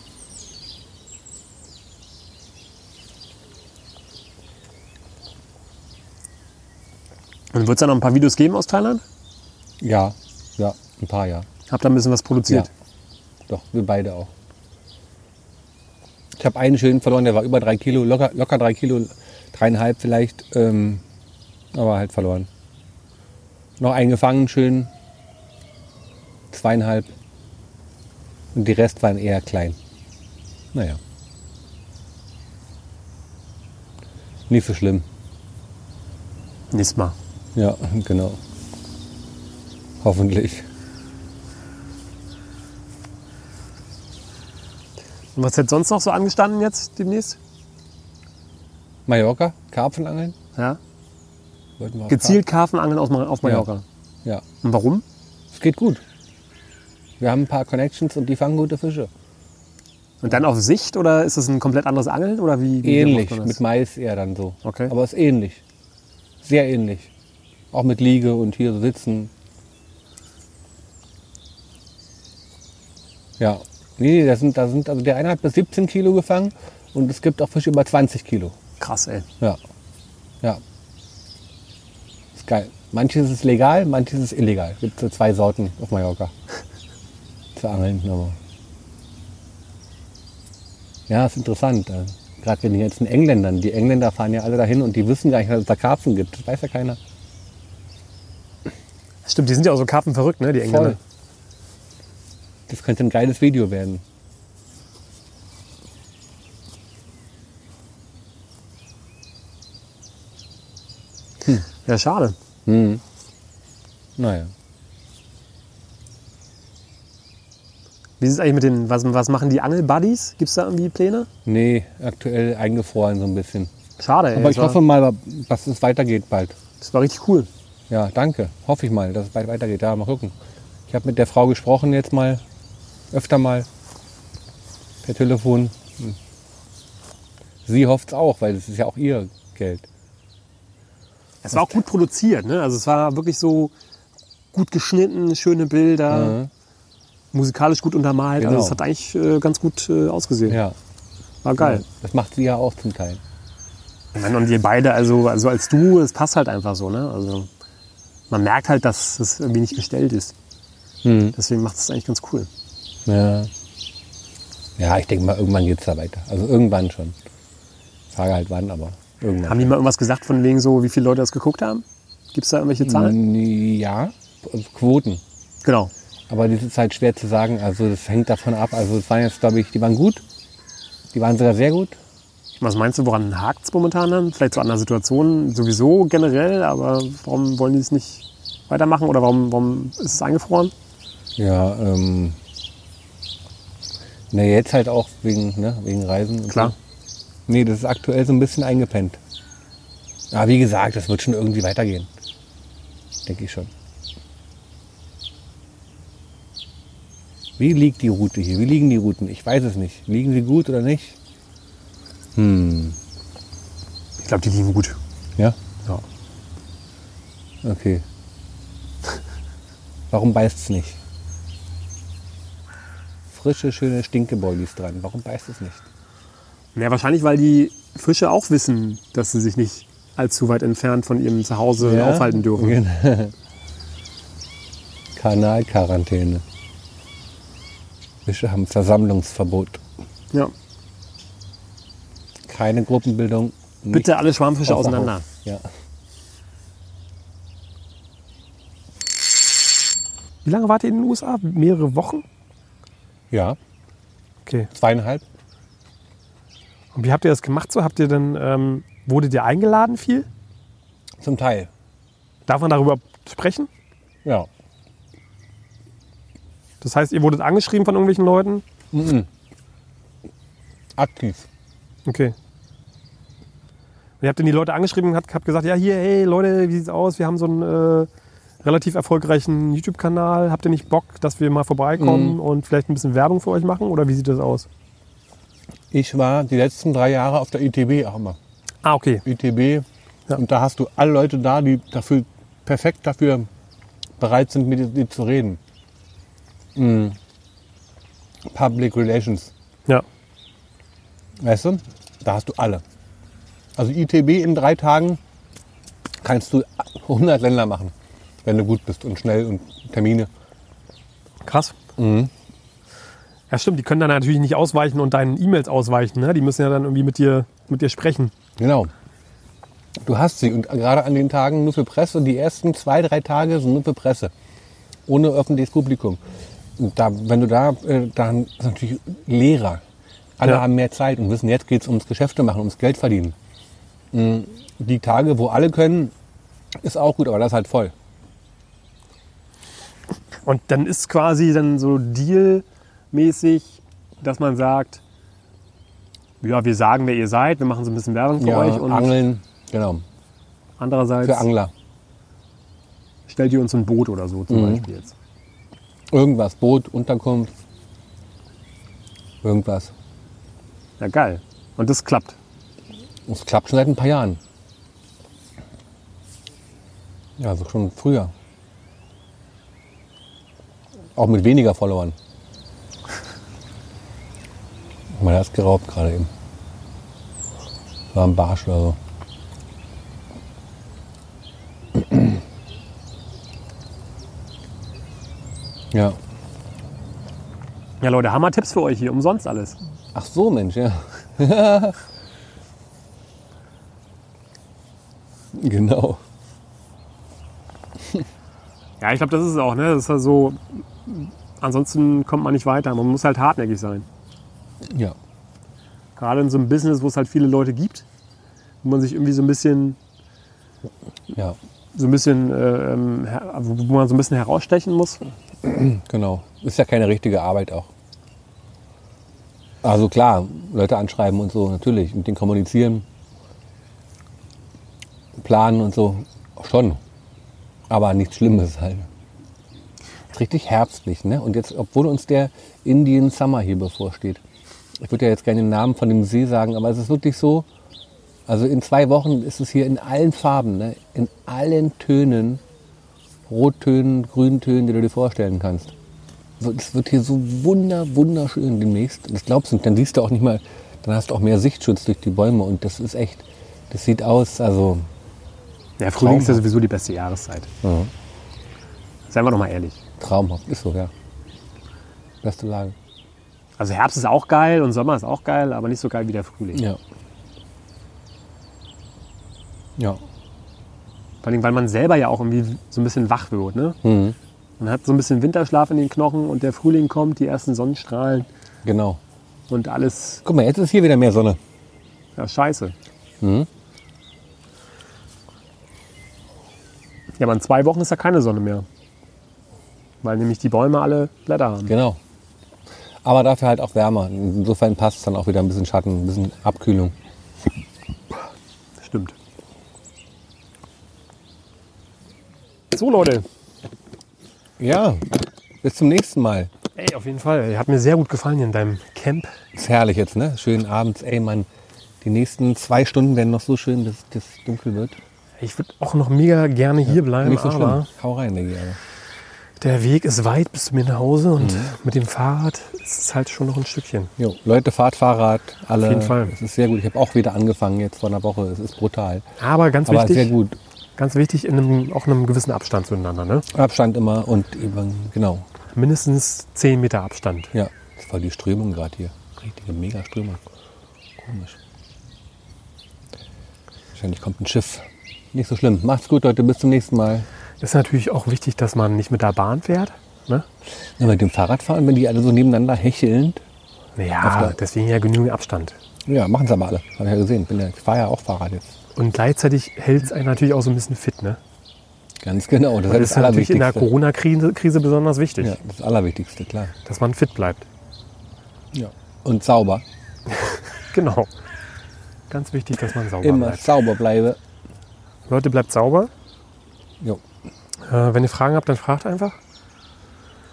Speaker 2: Und wird es da noch ein paar Videos geben aus Thailand?
Speaker 1: Ja, ja, ein paar ja.
Speaker 2: Habt da ein bisschen was produziert?
Speaker 1: Ja. Doch, wir beide auch. Ich habe einen schönen verloren, der war über drei Kilo, locker, locker drei Kilo, dreieinhalb vielleicht, ähm, aber halt verloren. Noch einen gefangen, schön, zweieinhalb. Und die Rest waren eher klein. Naja. Nicht so schlimm.
Speaker 2: Nächstes Mal.
Speaker 1: Ja, genau. Hoffentlich.
Speaker 2: Und was hätte sonst noch so angestanden jetzt demnächst?
Speaker 1: Mallorca, Karpfenangeln?
Speaker 2: Ja.
Speaker 1: Wollten wir auf
Speaker 2: Gezielt Karpfenangeln aus, Ma- auf Mallorca.
Speaker 1: Karpfen- Ja,
Speaker 2: Und warum?
Speaker 1: es geht gut. Wir haben ein paar Connections und die fangen gute Fische.
Speaker 2: Und dann auf Sicht oder ist das ein komplett anderes Angeln? Oder wie, wie
Speaker 1: Ähnlich,
Speaker 2: macht man das?
Speaker 1: mit Mais eher dann so.
Speaker 2: Okay.
Speaker 1: Aber es ist ähnlich. Sehr ähnlich. Auch mit Liege und hier so sitzen. Ja. Nee, nee, da sind, da sind, also der eine hat bis 17 Kilo gefangen und es gibt auch Fische über 20 Kilo.
Speaker 2: Krass, ey.
Speaker 1: Ja. Ja. Ist geil. Manches ist legal, manches ist illegal. Gibt so zwei Sorten auf Mallorca. Zu angeln, aber. Ja, ist interessant. äh, Gerade wenn die ganzen Engländern, die Engländer fahren ja alle dahin und die wissen gar nicht, dass es da Karpfen gibt. Das weiß ja keiner.
Speaker 2: Stimmt, die sind ja auch so karpfenverrückt, ne, die Engländer.
Speaker 1: Voll. Das könnte ein geiles Video werden.
Speaker 2: Ja, schade.
Speaker 1: Hm. Naja.
Speaker 2: Wie ist es eigentlich mit den, was, was machen die Angelbuddies? Gibt es da irgendwie Pläne?
Speaker 1: Nee, aktuell eingefroren so ein bisschen.
Speaker 2: Schade, ey.
Speaker 1: Aber ich
Speaker 2: das
Speaker 1: hoffe
Speaker 2: war,
Speaker 1: mal, dass es weitergeht bald.
Speaker 2: das war richtig cool.
Speaker 1: Ja, danke. Hoffe ich mal, dass es bald weitergeht. Ja, mal gucken. Ich habe mit der Frau gesprochen jetzt mal, öfter mal, per Telefon. Hm. Sie hofft es auch, weil es ist ja auch ihr Geld.
Speaker 2: Es war auch gut produziert, ne? Also es war wirklich so gut geschnitten, schöne Bilder,
Speaker 1: Mhm.
Speaker 2: musikalisch gut untermalt.
Speaker 1: Genau.
Speaker 2: Also es hat eigentlich äh, ganz gut äh, ausgesehen.
Speaker 1: Ja,
Speaker 2: War geil.
Speaker 1: das macht sie ja auch zum Teil.
Speaker 2: Ich meine, und ihr beide, also, also als du, es passt halt einfach so, ne? Also man merkt halt, dass es irgendwie nicht gestellt ist. Deswegen macht es eigentlich ganz cool.
Speaker 1: Ja. ja, ich denke mal, irgendwann geht es da weiter. Also irgendwann schon. Frage halt wann, aber irgendwann.
Speaker 2: Haben die mal irgendwas gesagt von wegen so, wie viele Leute das geguckt haben? Gibt es da irgendwelche Zahlen?
Speaker 1: Hm, Ja, also Quoten.
Speaker 2: Genau.
Speaker 1: Aber das ist halt schwer zu sagen. Also das hängt davon ab. Also es waren jetzt, glaube ich, die waren gut. Die waren sogar sehr gut.
Speaker 2: Was meinst du, woran hakt es momentan dann? Vielleicht zu einer Situation sowieso generell, aber warum wollen die es nicht weitermachen oder warum, warum ist es eingefroren?
Speaker 1: Ja, ähm. Na, jetzt halt auch wegen, ne, wegen Reisen. und
Speaker 2: Klar.
Speaker 1: So. Nee, das ist aktuell so ein bisschen eingepennt. Aber wie gesagt, das wird schon irgendwie weitergehen. Denke ich schon. Wie liegt die Route hier? Wie liegen die Routen? Ich weiß es nicht. Liegen sie gut oder nicht? Hm.
Speaker 2: Ich glaube, die liegen gut.
Speaker 1: Ja?
Speaker 2: Ja.
Speaker 1: Okay. Warum beißt es nicht? Frische, schöne Stinkebeulis dran. Warum beißt es nicht?
Speaker 2: Ja, wahrscheinlich, weil die Fische auch wissen, dass sie sich nicht allzu weit entfernt von ihrem Zuhause
Speaker 1: Ja.
Speaker 2: aufhalten dürfen.
Speaker 1: Genau. Kanalquarantäne. Fische haben Versammlungsverbot.
Speaker 2: Ja.
Speaker 1: Keine Gruppenbildung. nicht
Speaker 2: Bitte alle Schwarmfische
Speaker 1: außer
Speaker 2: auseinander.
Speaker 1: Haus. Ja.
Speaker 2: Wie lange wart ihr in den USA? Mehrere Wochen?
Speaker 1: ja,
Speaker 4: Okay.
Speaker 1: zweieinhalb.
Speaker 4: Und wie habt ihr das gemacht so? Habt ihr denn, ähm, wurdet ihr eingeladen viel?
Speaker 1: Zum Teil.
Speaker 4: Darf man darüber sprechen?
Speaker 1: Ja.
Speaker 4: Das heißt, ihr wurdet angeschrieben von irgendwelchen Leuten?
Speaker 1: Aktiv.
Speaker 4: Okay. Und ihr habt denn die Leute angeschrieben und habt, habt gesagt, ja hier, hey Leute, wie sieht's aus? Wir haben so einen äh, relativ erfolgreichen YouTube-Kanal. Habt ihr nicht Bock, dass wir mal vorbeikommen und vielleicht ein bisschen Werbung für euch machen? Oder wie sieht das aus?
Speaker 1: Ich war die letzten drei Jahre auf der ITB auch immer.
Speaker 4: Ah, okay.
Speaker 1: ITB.
Speaker 4: Ja.
Speaker 1: Und da hast du alle Leute da, die dafür perfekt dafür bereit sind, mit dir zu reden. Mm. Public Relations.
Speaker 4: Ja.
Speaker 1: Weißt du? Da hast du alle. Also ITB in drei Tagen kannst du 100 Länder machen, wenn du gut bist und schnell und Termine.
Speaker 4: Krass. Ja, stimmt. Die können dann natürlich nicht ausweichen und deinen E-Mails ausweichen. Ne? Die müssen ja dann irgendwie mit dir, mit dir sprechen.
Speaker 1: Genau. Du hast sie und gerade an den Tagen nur für Presse. Die ersten zwei, drei Tage sind nur für Presse. Ohne öffentliches Publikum. Und da, wenn du da, äh, dann ist natürlich leerer. Alle
Speaker 4: Ja.
Speaker 1: haben mehr Zeit und wissen, jetzt geht es ums Geschäfte machen, ums Geld verdienen. Mm, Die Tage, wo alle können, ist auch gut, aber das ist halt voll.
Speaker 2: Und dann ist quasi dann so Deal-mäßig, dass man sagt, ja, wir sagen, wer ihr seid, wir machen so ein bisschen Werbung für euch und
Speaker 1: Angeln, genau.
Speaker 2: andererseits
Speaker 1: Für Angler.
Speaker 2: stellt ihr uns ein Boot oder so zum Beispiel jetzt.
Speaker 1: Irgendwas, Boot, Unterkunft. Irgendwas.
Speaker 2: Ja, geil. Und das klappt.
Speaker 1: Und Es klappt schon seit ein paar Jahren. Ja, also schon früher. Auch mit weniger Followern. Man hat geraubt gerade eben. War ein Barsch oder so. Ja.
Speaker 2: Ja, Leute, Hammer-Tipps für euch hier, umsonst alles.
Speaker 1: Ach so, Mensch, ja. genau.
Speaker 2: Ja, ich glaube, das ist es auch, ne? Das ist halt so, ansonsten kommt man nicht weiter. Man muss halt hartnäckig sein.
Speaker 1: Ja.
Speaker 2: Gerade in so einem Business, wo es halt viele Leute gibt, wo man sich irgendwie so ein bisschen,
Speaker 1: Ja,
Speaker 2: so ein bisschen, äh, ähm, her- wo man so ein bisschen herausstechen muss.
Speaker 1: genau. Ist ja keine richtige Arbeit auch. Also klar, Leute anschreiben und so, natürlich, mit denen kommunizieren, planen und so, schon. Aber nichts Schlimmes halt. Ist richtig herbstlich, ne? Und jetzt, obwohl uns der Indian Summer hier bevorsteht. Ich würde ja jetzt gerne den Namen von dem See sagen, aber es ist wirklich so, also in zwei Wochen ist es hier in allen Farben, ne? in allen Tönen, Rottönen, Grüntönen, die du dir vorstellen kannst. So, Es wird hier so wunder, wunderschön demnächst. Das glaubst du nicht. Dann siehst du auch nicht mal, dann hast du auch mehr Sichtschutz durch die Bäume und das ist echt, das sieht aus, also
Speaker 2: Ja, Frühling ist ja sowieso die beste Jahreszeit. Seien wir doch mal ehrlich.
Speaker 1: traumhaft. Ist so, ja. Beste Lage.
Speaker 2: Also Herbst ist auch geil und Sommer ist auch geil, aber nicht so geil wie der Frühling.
Speaker 1: Ja. Ja.
Speaker 2: Vor allem, weil man selber ja auch irgendwie so ein bisschen wach wird. Ne?
Speaker 1: Mhm.
Speaker 2: Man hat so ein bisschen Winterschlaf in den Knochen und der Frühling kommt, die ersten Sonnenstrahlen
Speaker 1: Genau.
Speaker 2: und alles
Speaker 1: Guck mal, jetzt ist hier wieder mehr Sonne.
Speaker 2: ja, scheiße.
Speaker 1: Mhm.
Speaker 2: Ja, aber in zwei Wochen ist da keine Sonne mehr. Weil nämlich die Bäume alle Blätter haben.
Speaker 1: Genau. Aber dafür halt auch wärmer. Insofern passt es dann auch wieder ein bisschen Schatten, ein bisschen Abkühlung.
Speaker 2: Stimmt. So, Leute.
Speaker 1: Ja. Bis zum nächsten Mal.
Speaker 4: Ey, auf jeden
Speaker 2: Fall. Hat mir sehr gut gefallen hier in deinem Camp.
Speaker 1: Ist herrlich jetzt, ne? Schön abends, ey Mann. Die nächsten zwei Stunden werden noch so schön, bis es dunkel wird.
Speaker 4: Ich würde auch noch mega gerne hier bleiben,
Speaker 1: Nicht so schlimm.
Speaker 4: aber
Speaker 1: Hau rein, Diggi. aber.
Speaker 4: der Weg ist weit bis zu mir nach Hause und
Speaker 1: Mhm.
Speaker 4: mit dem Fahrrad ist es halt schon noch ein Stückchen.
Speaker 1: Jo, Leute, fahrt Fahrrad, alle.
Speaker 4: Auf jeden Fall.
Speaker 1: Es ist sehr gut. Ich habe auch wieder angefangen jetzt vor einer Woche. Es ist brutal.
Speaker 4: Aber ganz
Speaker 1: Aber sehr
Speaker 4: wichtig,
Speaker 1: gut.
Speaker 4: ganz wichtig in einem, auch in einem gewissen Abstand zueinander. Ne?
Speaker 1: Abstand immer und eben, genau.
Speaker 4: Mindestens 10 Meter Abstand.
Speaker 1: Ja, das war die Strömung gerade hier. Richtige Mega-Strömung. Komisch. Wahrscheinlich kommt ein Schiff. Nicht so schlimm. Macht's gut, Leute. Bis zum nächsten Mal.
Speaker 4: Ist natürlich auch wichtig, dass man nicht mit der Bahn fährt. Ne?
Speaker 1: Ja, mit dem Fahrradfahren, wenn die alle so nebeneinander hechelnd.
Speaker 4: Ja, deswegen ja genügend Abstand.
Speaker 1: Ja, machen's aber alle. Habe ich ja gesehen. Bin ja, ich fahre ja auch Fahrrad jetzt.
Speaker 4: Und gleichzeitig hält es einen natürlich auch so ein bisschen fit. Ne?
Speaker 1: Ganz genau. Das,
Speaker 4: Und das ist natürlich in der Corona-Krise Krise besonders wichtig,
Speaker 1: ja, das Allerwichtigste, klar.
Speaker 4: dass man fit bleibt.
Speaker 1: Ja. Und sauber.
Speaker 4: Genau. Ganz wichtig, dass man sauber
Speaker 1: Immer
Speaker 4: bleibt.
Speaker 1: sauber bleibe.
Speaker 4: Leute, bleibt sauber.
Speaker 1: Jo,
Speaker 4: Äh, wenn ihr Fragen habt, dann fragt einfach.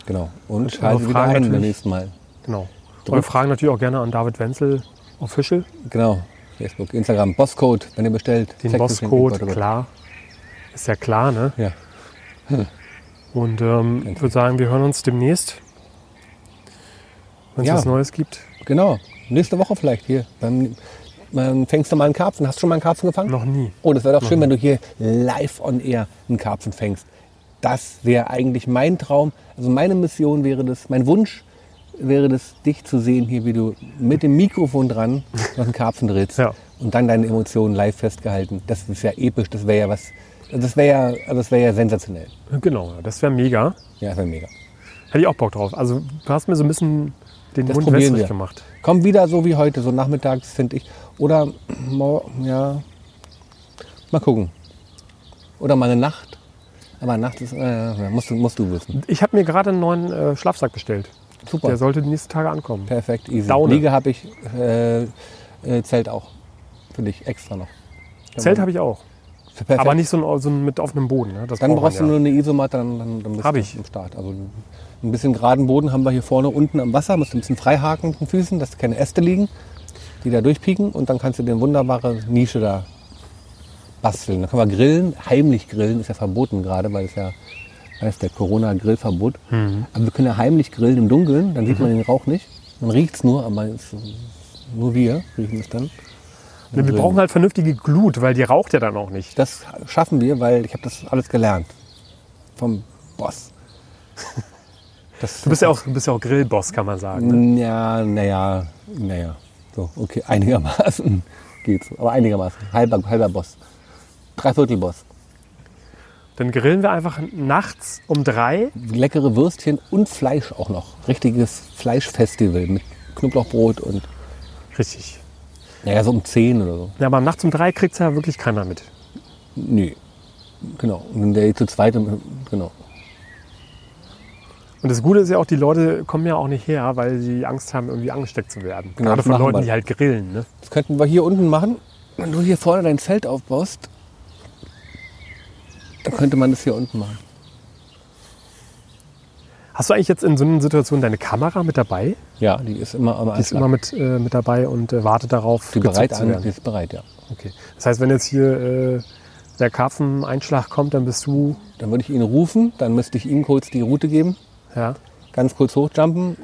Speaker 1: genau. Und schalte
Speaker 4: Fragen
Speaker 1: wieder ein beim
Speaker 4: Also natürlich.
Speaker 1: nächsten Mal.
Speaker 4: Genau. Eure
Speaker 1: Drückt.
Speaker 4: Fragen natürlich auch gerne an David Wenzel Official,
Speaker 1: Genau. Facebook, Instagram, Bosscode, wenn ihr bestellt.
Speaker 4: den
Speaker 1: Zack,
Speaker 4: Bosscode,
Speaker 1: Geschenk,
Speaker 4: klar. Ist ja klar, ne?
Speaker 1: Ja.
Speaker 4: Und ähm, ich würde sagen, wir hören uns demnächst.
Speaker 2: wenn es
Speaker 1: Ja.
Speaker 2: was Neues gibt.
Speaker 1: Genau. Nächste Woche vielleicht hier. Beim, beim, fängst du mal einen Karpfen. Hast du schon mal einen Karpfen gefangen?
Speaker 2: Noch nie.
Speaker 1: Oh, das wäre doch schön, wenn du hier live on air einen Karpfen fängst. Das wäre eigentlich mein Traum. Also meine Mission wäre das, mein Wunsch wäre das, dich zu sehen hier, wie du mit dem Mikrofon dran noch einen Karpfen drehst
Speaker 2: Ja.
Speaker 1: und dann deine Emotionen live festgehalten. Das ist ja episch, das wäre ja was, das wäre ja, also das wäre ja sensationell.
Speaker 2: Genau, ja, das wäre mega.
Speaker 1: Ja, das wäre mega.
Speaker 2: Hätte ich auch Bock drauf. Also du hast mir so ein bisschen den
Speaker 1: Das
Speaker 2: Mund
Speaker 1: probieren
Speaker 2: wässrig
Speaker 1: wir.
Speaker 2: gemacht.
Speaker 1: Komm wieder so wie heute, so nachmittags, finde ich. Oder, mor- ja, mal gucken. Oder mal eine Nacht. Aber Nacht ist, äh, musst, du, musst du wissen.
Speaker 2: Ich habe mir gerade einen neuen äh, Schlafsack bestellt.
Speaker 1: Super,
Speaker 2: Der sollte die nächsten Tage ankommen.
Speaker 1: perfekt, easy.
Speaker 2: Daune.
Speaker 1: Liege habe ich, äh, äh, Zelt auch. Für dich extra noch.
Speaker 2: Zelt habe ich auch.
Speaker 1: Perfekt.
Speaker 2: Aber nicht so ein, so ein mit offenem Boden. Ne? Das
Speaker 1: Dann
Speaker 2: braucht man
Speaker 1: brauchst du
Speaker 2: ja.
Speaker 1: nur eine Isomatte, dann, dann, dann bist
Speaker 2: Hab
Speaker 1: du
Speaker 2: ich.
Speaker 1: am Start. Also ein bisschen geraden Boden haben wir hier vorne unten am Wasser. Musst du ein bisschen freihaken mit den Füßen, dass keine Äste liegen, die da durchpieken. Und dann kannst du dir eine wunderbare Nische da basteln. Da können wir grillen. Heimlich grillen ist ja verboten gerade, weil es ja weiß der Corona-Grillverbot.
Speaker 2: Mhm.
Speaker 1: Aber wir können ja heimlich grillen im Dunkeln. Dann sieht man den Rauch nicht. Man riecht es nur, aber es, nur wir riechen es dann.
Speaker 2: Nee, wir brauchen halt vernünftige Glut, weil die raucht ja dann auch nicht.
Speaker 1: Das schaffen wir, weil ich habe das alles gelernt. Vom Boss.
Speaker 2: Du bist ja auch, du bist ja auch Grillboss, kann man sagen. Ne?
Speaker 1: Ja, naja, naja. So, okay, einigermaßen geht's. Aber einigermaßen. Halber, halber Boss. Dreiviertel Boss.
Speaker 2: Dann grillen wir einfach nachts um drei.
Speaker 1: Leckere Würstchen und Fleisch auch noch. Richtiges Fleischfestival mit Knoblauchbrot und,
Speaker 2: Richtig.
Speaker 1: naja, so um 10 oder so.
Speaker 2: Ja, aber nachts um drei kriegt ja wirklich keiner mit.
Speaker 1: Nee. Genau. Und der zu zweit, genau.
Speaker 2: Und das Gute ist ja auch, die Leute kommen ja auch nicht her, weil sie Angst haben, irgendwie angesteckt zu werden.
Speaker 1: Genau,
Speaker 2: Gerade
Speaker 1: das
Speaker 2: von
Speaker 1: machen
Speaker 2: Leuten,
Speaker 1: wir.
Speaker 2: die halt grillen. Ne?
Speaker 1: Das könnten wir hier unten machen. Wenn du hier vorne dein Zelt aufbaust, dann könnte man das hier unten machen.
Speaker 2: Hast du eigentlich jetzt in so einer Situation deine Kamera mit dabei?
Speaker 1: Ja, die ist immer am
Speaker 2: Die ist immer mit, äh, mit dabei und äh, wartet darauf,
Speaker 1: Die
Speaker 2: gezückt
Speaker 1: bereit
Speaker 2: zu
Speaker 1: an,
Speaker 2: werden.
Speaker 1: die ist bereit, ja.
Speaker 2: Okay. Das heißt, wenn jetzt hier äh, der Karpfeneinschlag kommt, dann bist du.
Speaker 1: Dann würde ich ihn rufen, dann müsste ich ihm kurz die Route geben,
Speaker 2: Ja.
Speaker 1: ganz kurz hochjumpen.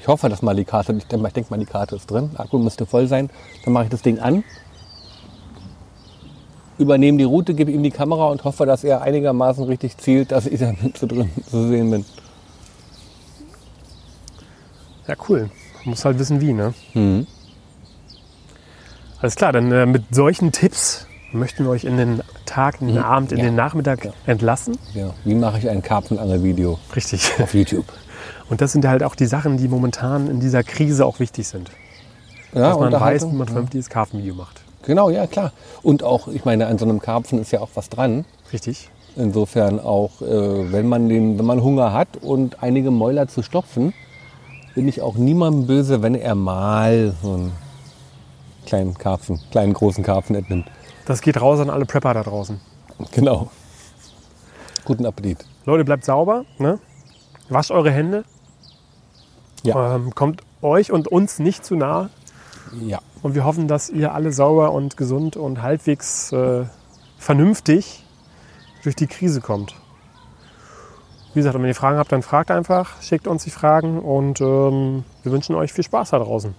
Speaker 1: Ich hoffe, dass mal die Karte, ich denke mal, ich denk mal, die Karte ist drin. Akku müsste voll sein. Dann mache ich das Ding an, übernehme die Route, gebe ihm die Kamera und hoffe, dass er einigermaßen richtig zielt, dass ich da mit zu drin zu sehen bin.
Speaker 2: Ja, cool. Man muss halt wissen, wie, ne?
Speaker 1: Mhm.
Speaker 2: Alles klar, dann äh, mit solchen Tipps möchten wir euch in den Tag, in den Abend, in
Speaker 1: Mhm. Ja.
Speaker 2: den Nachmittag entlassen.
Speaker 1: Ja. Wie mache ich ein Karpfenangel-Video
Speaker 2: Richtig.
Speaker 1: auf YouTube?
Speaker 2: Und das sind halt auch die Sachen, die momentan in dieser Krise auch wichtig sind.
Speaker 1: Ja,
Speaker 2: Dass man weiß,
Speaker 1: Ah, Unterhaltung. Mhm.
Speaker 2: wie man vernünftiges Karpfenvideo macht.
Speaker 1: Genau, ja, klar. Und auch, ich meine, an so einem Karpfen ist ja auch was dran.
Speaker 2: Richtig.
Speaker 1: Insofern auch, äh, wenn, man den, wenn man Hunger hat und einige Mäuler zu stopfen, bin ich auch niemandem böse, wenn er mal so einen kleinen Karpfen, kleinen großen Karpfen entnimmt.
Speaker 2: Das geht raus an alle Prepper da draußen.
Speaker 1: Genau. Guten Appetit.
Speaker 2: Leute, bleibt sauber. Ne? Wascht eure Hände.
Speaker 1: Ja.
Speaker 2: Ähm, kommt euch und uns nicht zu nah.
Speaker 1: Ja,
Speaker 2: Und wir hoffen, dass ihr alle sauber und gesund und halbwegs äh, vernünftig durch die Krise kommt. Wie gesagt, und wenn ihr Fragen habt, dann fragt einfach, schickt uns die Fragen und ähm, wir wünschen euch viel Spaß da draußen.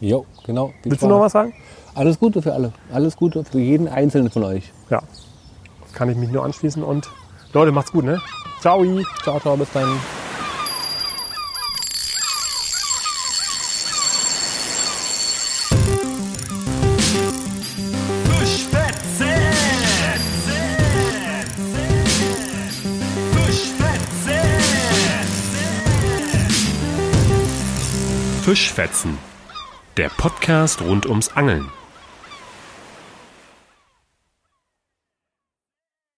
Speaker 1: jo, genau. Viel
Speaker 2: Willst du noch
Speaker 1: Spaß.
Speaker 2: was sagen?
Speaker 1: Alles Gute für alle. Alles Gute für jeden Einzelnen von euch.
Speaker 2: Ja, kann ich mich nur anschließen und Leute, macht's gut, ne? Ciao!
Speaker 1: Ciao, ciao, bis dann.
Speaker 3: Fischfetzen. Der Podcast rund ums Angeln.